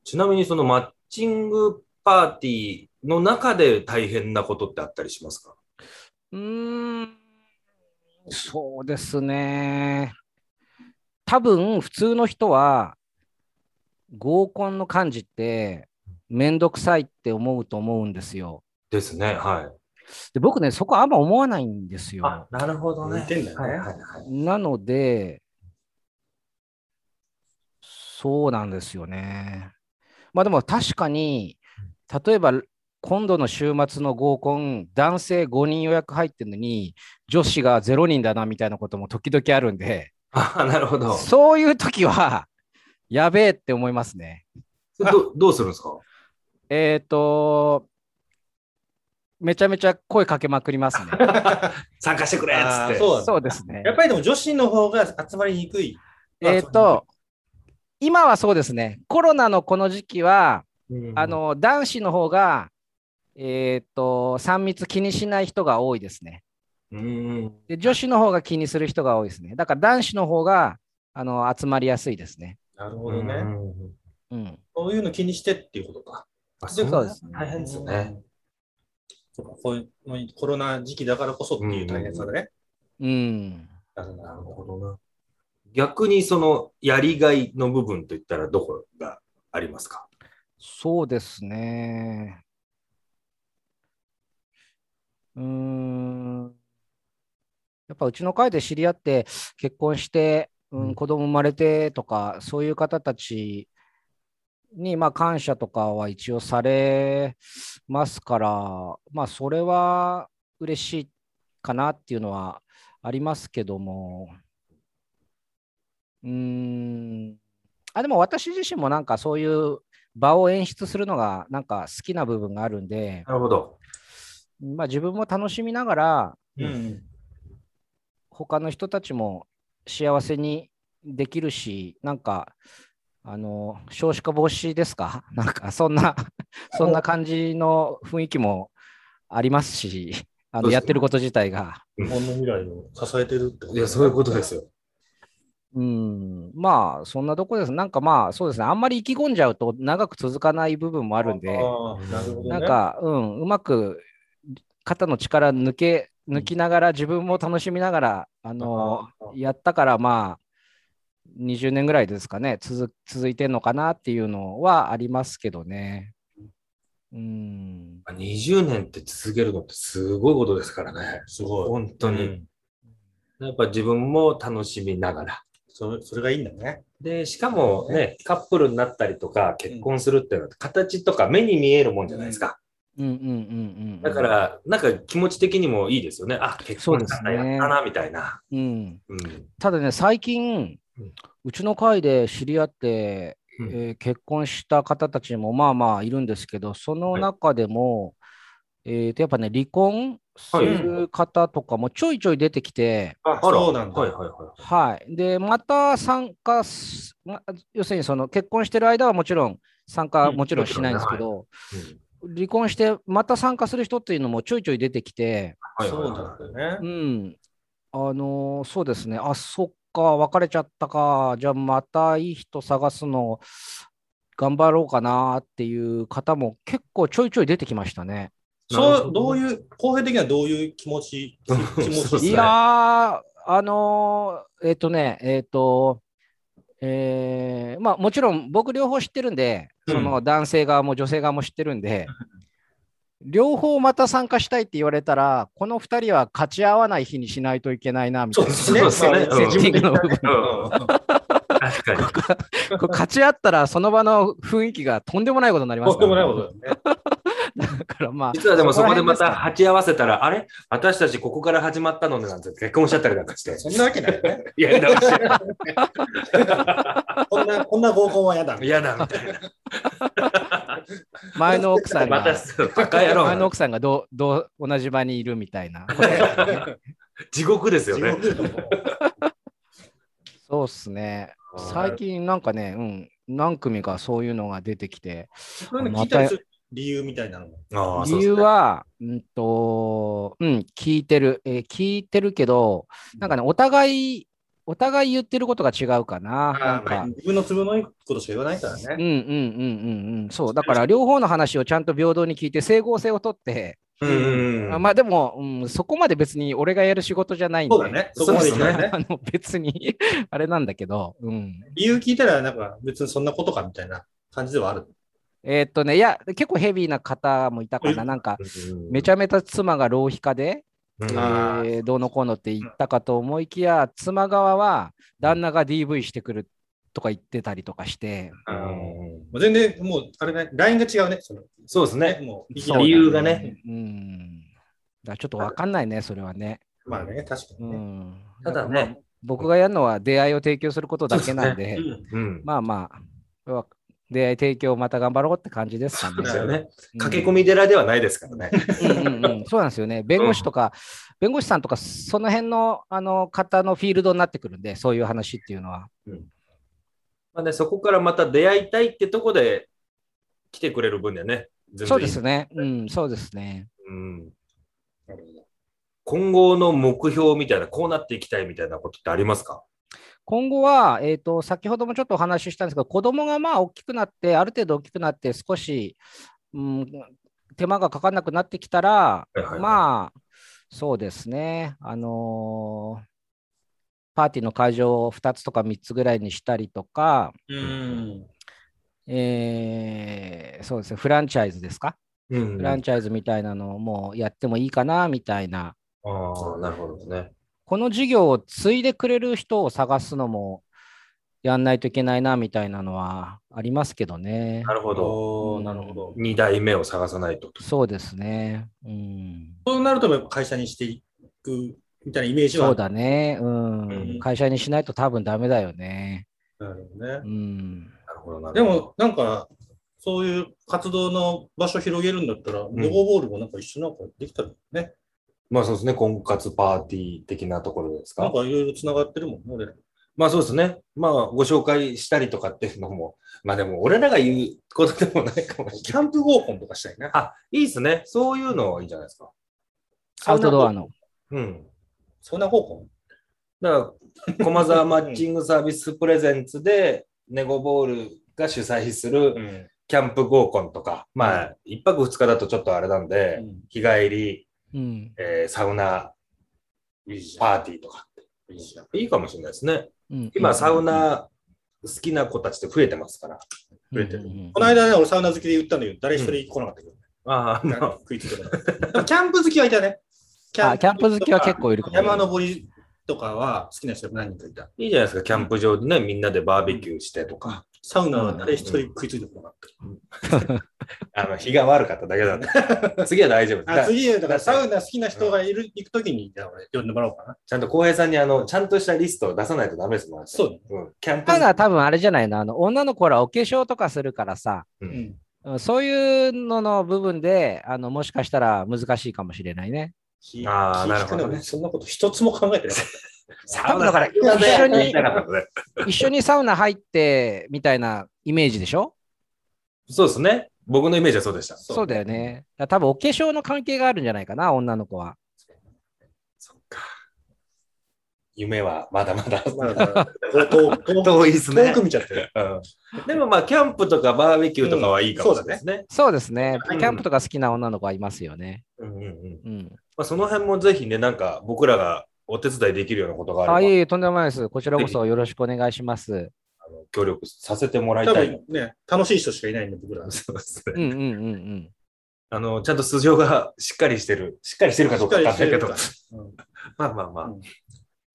ちなみにそのマッチングパーティーの中で大変なことってあったりしますかうーん、そうですね。多分普通の人は合コンの漢字ってめんどくさいって思うと思うんですよ。ですね。はで僕ね、そこあんま思わないんですい。よ。、なるほど似てんだよはいはいね。はい。なので、そうなんですよね。まあでも確かに、例えば今度の週末の合コン、男性5人予約入ってるのに、女子が0人だなみたいなことも時々あるんで、あ、なるほ ど。そういう時は、やべえって思いますね。どどうするんですかえっ、と、めちゃめちゃ声かけまくりますね。 参加してくれっあつっーて。そうだそうですねや。っぱりでも女子の方が集まりにくい。えっ、と、今はそうですね、コロナのこの時期は、うんあ、の男子の方が、えっ、と、3密気にしない人が多いですね。うんで女子の方が気にする人が多いですね。だから男子の方があの集まりやすいですね。なるほどね。うんうん、そういうの気にしてっていうことか。あそうなんですね大変ですよね。そうかこういうコロナ時期だからこそっていう大変さだね。うん、ななるるほどほどな。逆にそのやりがいの部分といったらどこがありますかそうですね。うーん。やっぱうちの会で知り合って結婚して、ううんん、子供生まれてとか、そういう方たちに、まあ、感謝とかは一応されますから、まあ、それは嬉しいかなっていうのはありますけども、うーん、あ、でも私自身もなんかそういう場を演出するのがなんか好きな部分があるんで、なるほど。まあ、自分も楽しみながら、うん。他の人たちも幸せにできるし、なんか、あの少子化防止ですか、 なんかそ んな、そんな感じの雰囲気もあります し、あそうですのねやってること自体が。日本の未来を支えてるってこといや、そういうことですよ。うん、まあ、そんなとこです。なんかまあ、そうですね、あんまり意気込んじゃうと長く続かない部分もああるんで、ーなるほどね。なんか、うん、うまく肩の力抜け、抜きながら、自分も楽しみながら、あの、あーやったから、まあ、20年ぐらいですかね、続続いてんのかなっていうのはありますけどね。うん。 20年って続けるのってすごいことですからね。すごい。本当うに。んやっぱ自分も楽しみながら。それそれがいいんだね。で、しかもね、カップルになったりとか、結婚するっていうのは、形とか目に見えるもんじゃないですか。うんうんうんうんうん。だか、ら、なんか気持ち的にもいいですよね。あ、結婚したんだ、そうですねやったな、みたいな。うん。うん。ただね、最近うん、うちの会で知り合って、うんえー結婚した方たちもまあまあいるんですけど、そのはい中でも、えーとやっぱね、離婚する方とかもちょいちょい出てきて、ああらそうなんだはいはいははい。で、また参加す、ま要するにその結婚してる間はもちろん参加うんもちろんしないんですけど、い。うん離婚してまた参加する人っていうのもちょいちょい出てきて、はいそうはいなはんだようね。ん、あのーそうですね、あそっか、別れちゃったか、じゃあまたいい人探すの頑張ろうかなっていう方も結構ちょいちょい出てきましたね。い。なるそほう、どうういう、公平的にはどういう気持ち、気うんそう気持でちすいねやー、あのーえっ、とね、えっ、と、えーまあもちろん僕両方知ってるんで、その男性側も女性側も知ってるんで、両方また参加したいって言われたら、この2人は勝ち合わない日にしないといけないなみたいな。そうですねまあうんセッティングの部分うん確かに。これ勝ち合ったらその場の雰囲気がとんでもないことになりまとすんかでらもね、ないことだよね。 だからまあ実はでもそこでまそこたら辺鉢合わせたら、あれ私たちここから始まったのねなんて結婚しちゃったりなんかして。そんなわけないよね。いや、だこんな、 こんな合コンは嫌だ。嫌だみたい前の奥さな。んまたがそう、バカ野郎前のな。奥さんがどうどう同じ場にいるみたいな。 地獄ですよ地ね。獄だもんそうっすね。はい最近なんかね、うん、何組かそういうのが出てきて、そういうの聞いたりする理由みたいなのも。ああそう理です由ねは、うんと、うん、聞いてる、えー聞いてるけど、なんかね、お互い、お互い言ってることが違うかな。なんまあか、自分の都合のいいことしか言わないからうんね。うんうんうんうん、そう、だから両方の話をちゃんと平等に聞いて、整合性をとって、うんうんうん。まあでも、うん、そこまで別に俺がやる仕事じゃないんで、そうだね。そこうまでですいけねないね。 あの別に あれなんだけど、うん。理由聞いたら、なんか別にそんなことかみたいな感じではある。えーっとね、いや、結構ヘビーな方もいたかな、えなんか、めめちゃめちゃ妻が浪費家で、ゃあーえーどうのこうのって言ったかと思いきや、妻側は旦那が DV してくるとか言ってたりとかして、もう全然、もう、あれね、ラインが違うね。そのそうですね。もう、そう理由がね。うん。だからちょっとわかんないね、それはね。まあね、確かうにね。ん。ただなんかまあね、僕がやるのは出会いを提供することだけなんそうで、うんうんまあまあ、わ出会い提供をまた頑張ろうって感じですかね。ですよね。うん駆け込み寺ではないですからね。うんうんうんそうなんです よね。弁護士とか、弁護士さんとか、その辺のあの方のフィールドになってくるんで、そういう話っていうのは。まあね、そこからまた出会いたいってとこで来てくれる分でね、全然いいそうですね。うん、そうですね。うん、今後の目標みたいな、こうなっていきたいみたいなことってありますか今後は、えっ、と、先ほどもちょっとお話ししたんですけど、子供がまあ大きくなって、ある程度大きくなって、少し、うん、手間がかかんなくなってきたら、はいはいはいまあ、そうですね。あのーパーティーの会場を2つとか3つぐらいにしたりとか、うん。えーそうですね、フランチャイズですかうんフランチャイズみたいなのをもうやってもいいかなみたいな、ああ、なるほどね。この事業を継いでくれる人を探すのもやんないといけないなみたいなのはありますけどね。なるほど。おーなるほど。 2代目を探さないと。そうですね。うん、そうなると、やっぱ会社にしていくみたいなイメージは。そうだね、うんうん会社にしないと多分ダメだよね。なるほどうね。ん、なるほどなでるほども、なんか、そういう活動の場所広げるんだったら、んネゴボールもなんか一緒なんかできたらね。まあそうですね、婚活パーティー的なところですなんか。かいろいろ繋がってるもんね、俺ら。まあそうですね、まあご紹介したりとかっていうのも、まあでも俺らが言うことでもないかもしれない。キャンプ合コンとかしたいな。あ、いいですね。そういうのはいいんじゃないですか。アウトドアの。うん。そんな合コンだから、駒沢マッチングサービスプレゼンツで、ネゴボールが主催するん。キャンプ合コンとか、まあ、1泊2日だとちょっとあれなんで、日帰り、うんえーサウナいいじゃパん。ーティーとかいいじゃん。いいかもしれないですね。うん今、サウナ好きな子たちって増えてますから。増えてるうんうんうんこの間ね、俺サウナ好きで言ったんだけど、誰一人来なかったけど、ああ、なんまかあ、食いついてなかった。でもキャンプ好きはいたね。キあキャンプ好きは結構いるかも山登りとかは好きな人何人かいた。いいじゃないですか。キャンプ場でね、みんなでバーベキューしてとか。サウナは誰一人食いついてこなかっあの、日が悪かっただけなん で。次は大丈夫ですた。だあ次、だからだからサウナ好きな人がいる、行くときに、じゃあ俺呼んでもらおうかな。ちゃんと浩平さんにあの、ちゃんとしたリストを出さないとダメですもん。そううん。キャンプただ多分あれじゃないのあの女の子らお化粧とかするからさ、ううんん。うんそういうのの部分であのもしかしたら難しいかもしれないね。気あー気なるほどね利くのねそんなこと一つも考 えてない。サ多分だから好きなんだよ一緒に言いたかったのね一緒にサウナ入ってみたいなイメージでしょそうですね。僕のイメージはそうでした。そうだよね。だから多分お化粧の関係があるんじゃないかな、女の子は。そっか。夢はまだまだ。まあまあ遠遠遠遠いです遠く見ちゃってる。うんでもまあ、キャンプとかバーベキューとかはいいかもしれないですね。そうですね。うキんャンプとか好きな女の子はいますよね。うんうんうんうん。まあ、その辺もぜひね、なんか僕らがお手伝いできるようなことがあればあ、いえいえ、とんでもないです。こちらこそよろしくお願いします。あの協力させてもらい多たい。分ね、楽しい人しかいないんで、僕 ら。そうですうね。んうんうんうん。あの、ちゃんと素性がしっかりしてる。しっかりしてるかどうかわかんないけど。うんまあまあまあ、うん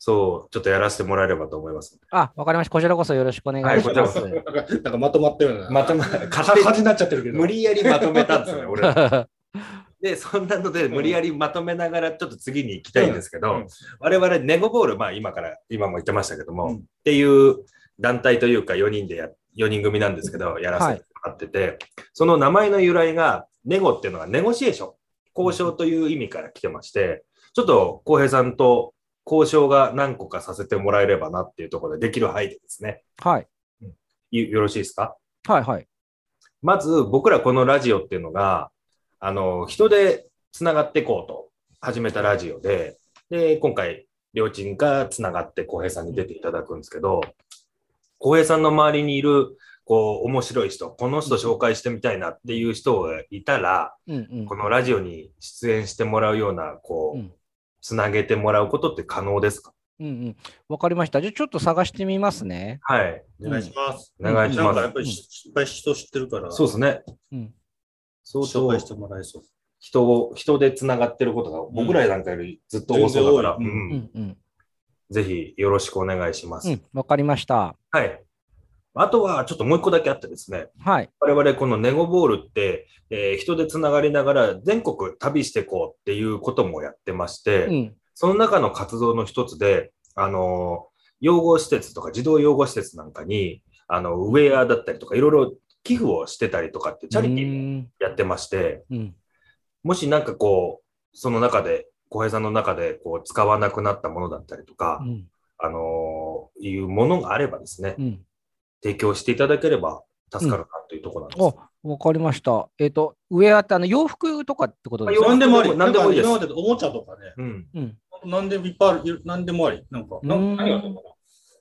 そう、ちょっとやらせてもらえればと思います。あ、わかりました。こちらこそよろしくお願いします。はなんかなんかまとまったような。まとめ、勝勝手手に感にじになっちゃってるけど。無理やりまとめたんですね、俺ら。 はで、そんなので、無理やりまとめながら、ちょっと次に行きたいんですけど、うんうん我々、ネゴボール、まあ今から、今も言ってましたけども、うんっていう団体というか、4人でや、4人組なんですけど、やらせてもらってて、その名前の由来が、ネゴっていうのはネゴシエーション、交渉という意味から来てまして、ちょっと浩平さんと交渉が何個かさせてもらえればなっていうところで、できる範囲でですね、い。よよろしいですかはいはい。まず僕らこのラジオっていうのが、あの、人でつながっていこうと始めたラジオで、で、今回、両親がつながって浩平さんに出ていただくんですけど、浩平さんの周りにいる、こう、面白い人、この人紹介してみたいなっていう人がいたら、うんうんこのラジオに出演してもらうような、こうう、んつなげてもらうことって可能ですかうんうん。わかりました。じゃあちょっと探してみますね。はい。お願いします。お願いしなまんかやっす。ぱりしいっぱい人知ってるから、そうですね。うん。相紹当介してもらえそう。人を、人でつながってることが僕らなんかよりずっと多そうだから、全然多いうんうんうん。ぜひよろしくお願いします。うん。わかりました。はい。あとは、ちょっともう一個だけあってですね、はい。我々このネゴボールって、えー人でつながりながら全国旅してこうっていうこともやってまして、うん。その中の活動の一つで、あのー養護施設とか児童養護施設なんかに、あの、ウェアだったりとか、いろいろ寄付をしてたりとかって、チャリティーもィやってまして、ーもしなんかこう、その中で、小平さんの中でこう使わなくなったものだったりとか、あのーいうものがあればですね、提供していただければ助かるなというところなんです。あ、わかりました。えっ、と、上あってあの洋服とかってことですあか洋何でもあり。何でもいいですなんか今までとおもちゃとかね、うん、うん。何でもいっぱいある、何でもあり。なんか、なうん何があったのかな。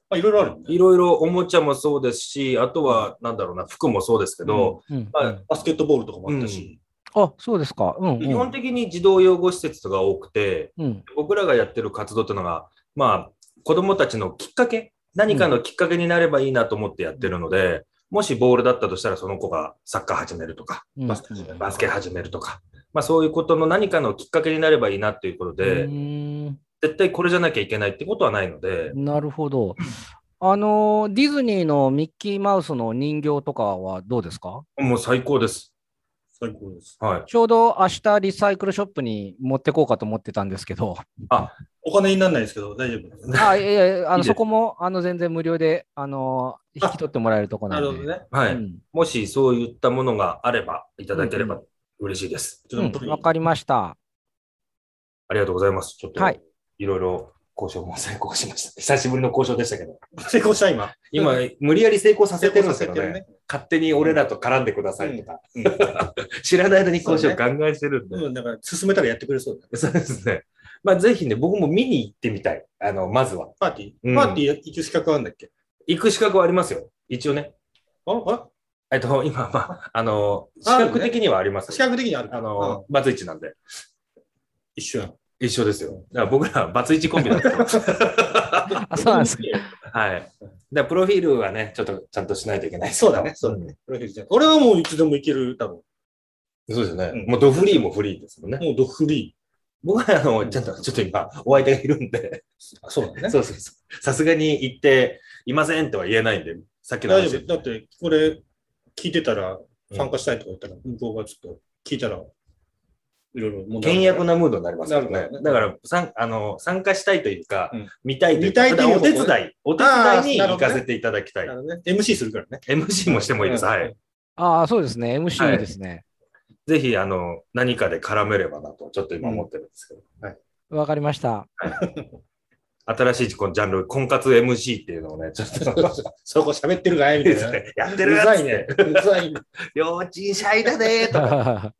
まあ、いろいろあるんだいろいろおもちゃもそうですし、あとはなんだろうな、服もそうですけど、うんまあうんバスケットボールとかもあったし。あ、そうですか。うん、うん。基本的に児童養護施設が多くて、うん。僕らがやってる活動というのが、まあ、子どもたちのきっかけ、何かのきっかけになればいいなと思ってやってるので、もしボールだったとしたら、その子がサッカー始めるとか、うんバスケ始めるバスケ始めるとか、まあ、そういうことの何かのきっかけになればいいなということで、うーん絶対これじゃなきゃいけないってことはないので、なるほど。あのディズニーのミッキーマウスの人形とかはどうですかもう最高です。最高です。はい。ちょうど明日リサイクルショップに持ってこうかと思ってたんですけど、お金にならないですけど、大丈夫です。あいやいやあいいのですそこもあの全然無料であの引き取ってもらえるとこななんで。るほどね。はい。うんもしそういったものがあれば、いただければ嬉しいです。ちょっとうんわかりました。ありがとうございます。ちょっと、はいい、ろいろ交渉も成功しました。 久しぶりの交渉でしたけど。成功した、今。今、無理やり成功させてるんですけど成ね。功させて勝手に俺らと絡んでくださいとか、るね。 知らない間に交渉考えしてるんで。うん、だから進めたらやってくれそうだね。そうですね。まあ、ぜひね、僕も見に行ってみたい。あの、まずは。パーティうんーパーティー行く資格あるんだっけ行く資格はありますよ。一応ね。ああえっと、今、まあ、あの、資格的にはあります資よ。格的にあるかあら。うんの、バツイチなんで。一緒やん。一緒ですよ。だから僕らはバツイチコンビなんです よ。あそうなんですか。はい。だからプロフィールはね、ちょっとちゃんとしないといけないですけそうどだね。そうだんね。プロフィールじゃん俺はもういつでもいける、多分。そうですよねうんもうドフリーもフリーですもんね。もうドフリ僕はあの、ちゃんと、ちょっと今、お相手がいるんで、ー。そうだね。そうそうそう。さすがに行って、いませんとは言えないんで、さっきの大話丈で夫。だって、これ、聞いてたら、参加したいとか言ったら、向こうがちょっと聞いたら、いろいろ問題あ倹る約なムードになりますよなるねほど。ねだから、さんあの参加したいというか、うん見たいという見か、たいというただお手伝い、お手伝いにあ行ーなるほどねかせていただきたい。あのね。MC するからね。 MC もしてもいいです。うんはい。ああ、そうですね。はい MC ですね。ぜひ、あの、何かで絡めればなと、ちょっと今思ってるんですけど。わ、かりました。新しいこのジャンル、婚活 MC っていうのをね、ちょっ とそこ喋ってるかいみたい なね。やっうてるやざついっねて、。うざいね。両親シャイだねーとか、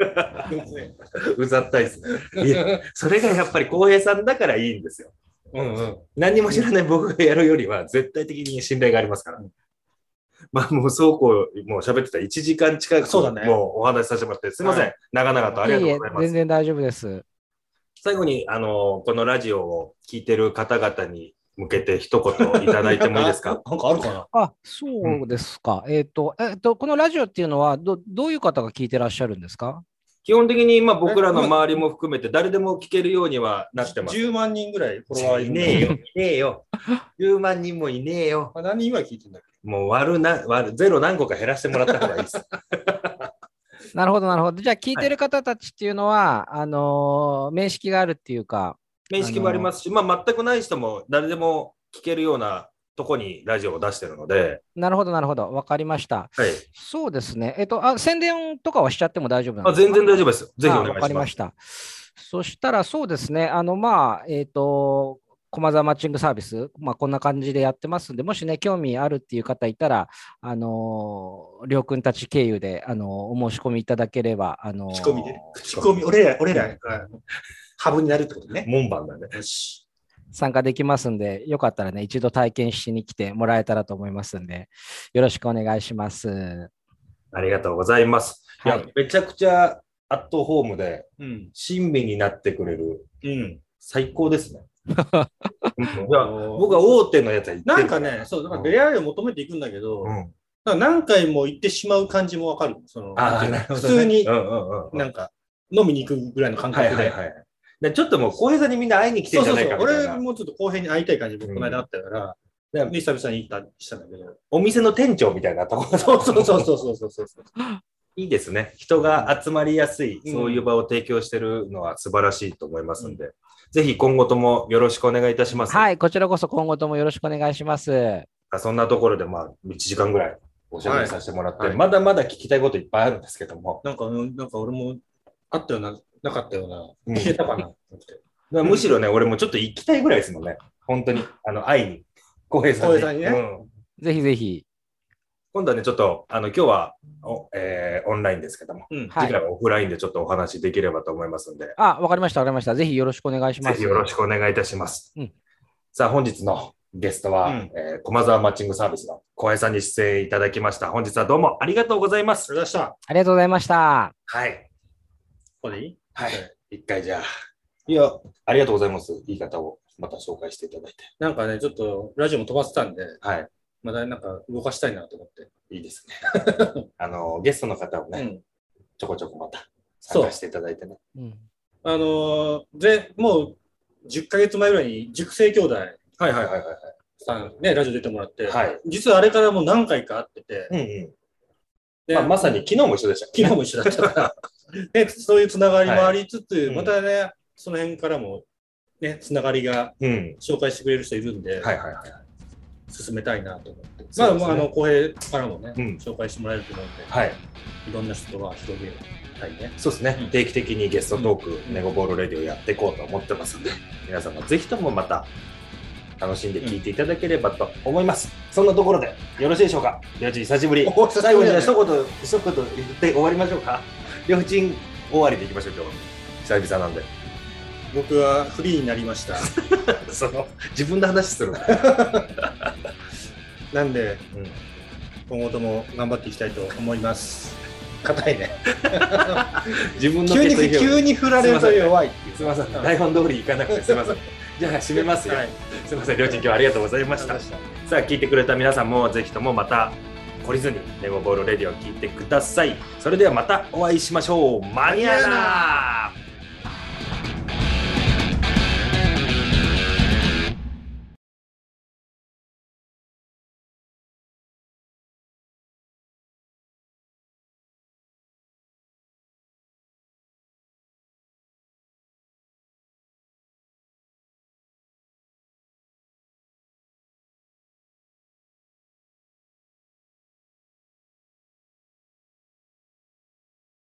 うざったいですね。いや、それがやっぱり浩平さんだからいいんですよ。うんうん。何にも知らない僕がやるよりは、絶対的に信頼がありますから。まあ、もうそうこう、もう喋ってた1時間近く、そうだねもうお話しさせてもらって、すいません、は長々とありがとうございま全す。然大丈夫です。最後に、あの、このラジオを聞いてる方々に向けて一言いただいてもいいです かなんかあるかなあ、そうですか。えっ、と、えっ、と、このラジオっていうのはど、どういう方が聞いてらっしゃるんですか基本的に今僕らの周りも含めて誰でも聞けるようにはなってます。 10万人ぐらいフォロワーいいるねえよ、いねえよ。10万人もいねえよ。あ何人ぐらい聞いてんだっけもう割るな、割る、ゼロ何個か減らしてもらった方がいいです。なるほど、なるほど。じゃあ、聞いてる方たちっていうのは、あのー面識があるっていうか、面識もありますし、まあ全くない人も誰でも聞けるようなとこにラジオを出してるので、なるほど、なるほど。わかりました。はい。そうですね。えっ、とあ、宣伝とかはしちゃっても大丈夫なんあですか全然大丈夫ですよ。ぜひお願いあしわまかす。りました。そしたら、そうですね、あの、まあ、えっ、と、駒沢マッチングサービス、まあ、こんな感じでやってますんで、もしね、興味あるっていう方いたら、あのー、りょうくんたち経由で、あのーお申し込みいただければ、あのー口コミで。口コミ、俺ら、俺らがハブになるってことね。門番だね。よし。参加できますんで、よかったらね、一度体験しに来てもらえたらと思いますんで、よろしくお願いします。ありがとうございます。いや、はいめちゃくちゃアットホームでうん。親身になってくれるうん。最高 ですね。うんいあやの僕は大手のやつは行ってるなんかね、そう、だから出会いを求めていくんだけど、うだかん、ら何回も行ってしまう感じもわかる。そのああ、なんなてるいほうのど普ね、通にう、んうんうんうん、なんか、飲みに行くぐらいの感は覚いで。はいはい。でちょっともう浩平さんにみんな会いに来てそんじうそゃうなそいうか。みたい俺な。もちょっと後輩に会いたい感じで、この間あったから、うんで久々に行ったしたんだけど。お店の店長みたいなところ。そうそうそうそうそうそうそう。いいですね。人が集まりやすい、うんそういう場を提供してるのは素晴らしいと思いますんで、ぜひ今後ともよろしくお願いいたします。はい、こちらこそ今後ともよろしくお願いします。そんなところで、まあ、1時間ぐらいおしゃべりさせてもらって、はいまだまだ聞きたいこといっぱいあるんですけども、なんか、うんなんか俺もあったような、なかったよううんな、消えたかなと思って。だからむしろね、俺もちょっと行きたいぐらいですもんね、本当に、あの愛に、浩平さん浩に平さんにねうんぜひぜひ。今度はね、ちょっと、あの今日はお、えーオンラインですけども、うん。はい次回はオフラインでちょっとお話できればと思いますんで、あ、わかりました、わかりました。ぜひよろしくお願いしまぜす。ひよろしくお願いいたします。うんさあ、本日のゲストは、うんえー駒沢マッチングサービスの小平さんに出演いただきました。本日はどうもありがとうございます。それ出した。ありがとうございました。はい。これでいいはい。一回じゃあ、いや、ありがとうございます。言い方をまた紹介していただいて。なんかね、ちょっとラジオも飛ばせたんで、はい。まだなんか動かしたいなと思って。いいですね。あの、ゲストの方をうね、ん。ちょこちょこまたそう参加していただいてね。うんあのー、ぜ、もう10ヶ月前ぐらいに熟成兄弟はいはいはいはい。さんね、ラジオ出てもらって、はい実はあれからもう何回か会ってて、うんうん。でまあ、まさに昨日も一緒でした昨日も。も一緒だった から、ね、そういうつながりもありつつ、うんまたね、その辺からも、ね、つながりがうん。紹介してくれる人いるんはで、いはいはい。進めたいなと思って、そうですねまあ、まあ、あの、浩平からもね、うん紹介してもらえると思うんで、はい。いろんな人が広げたいね。そうですね、うん定期的にゲストトーク、うんネゴボールレディをやっていこうと思ってますんで、皆様ぜひともまた楽しんで聞いていただければと思います。そんなところで、よろしいでしょうか。りょうちん、久しぶり。お久しぶりだね最後にじゃあ一言、一言言って終わりましょうか。りょうちん終わりでいきましょう、今日。久々なんで。僕はフリーになりま した。その、自分の話するな。なんで、うん今後とも頑張っていきたいと思います。硬いね。自分の 急に、決意表明急に振られると弱いっていう。すみません、うん台本通りいかなくてすみません。じゃあ、締めますよ。はいすみません、りょうちん、今日はありがとうございました。さあ聞いてくれた皆さんもぜひともまた懲りずにネゴボールレディオを聞いてくださいそれではまたお会いしましょうマニアな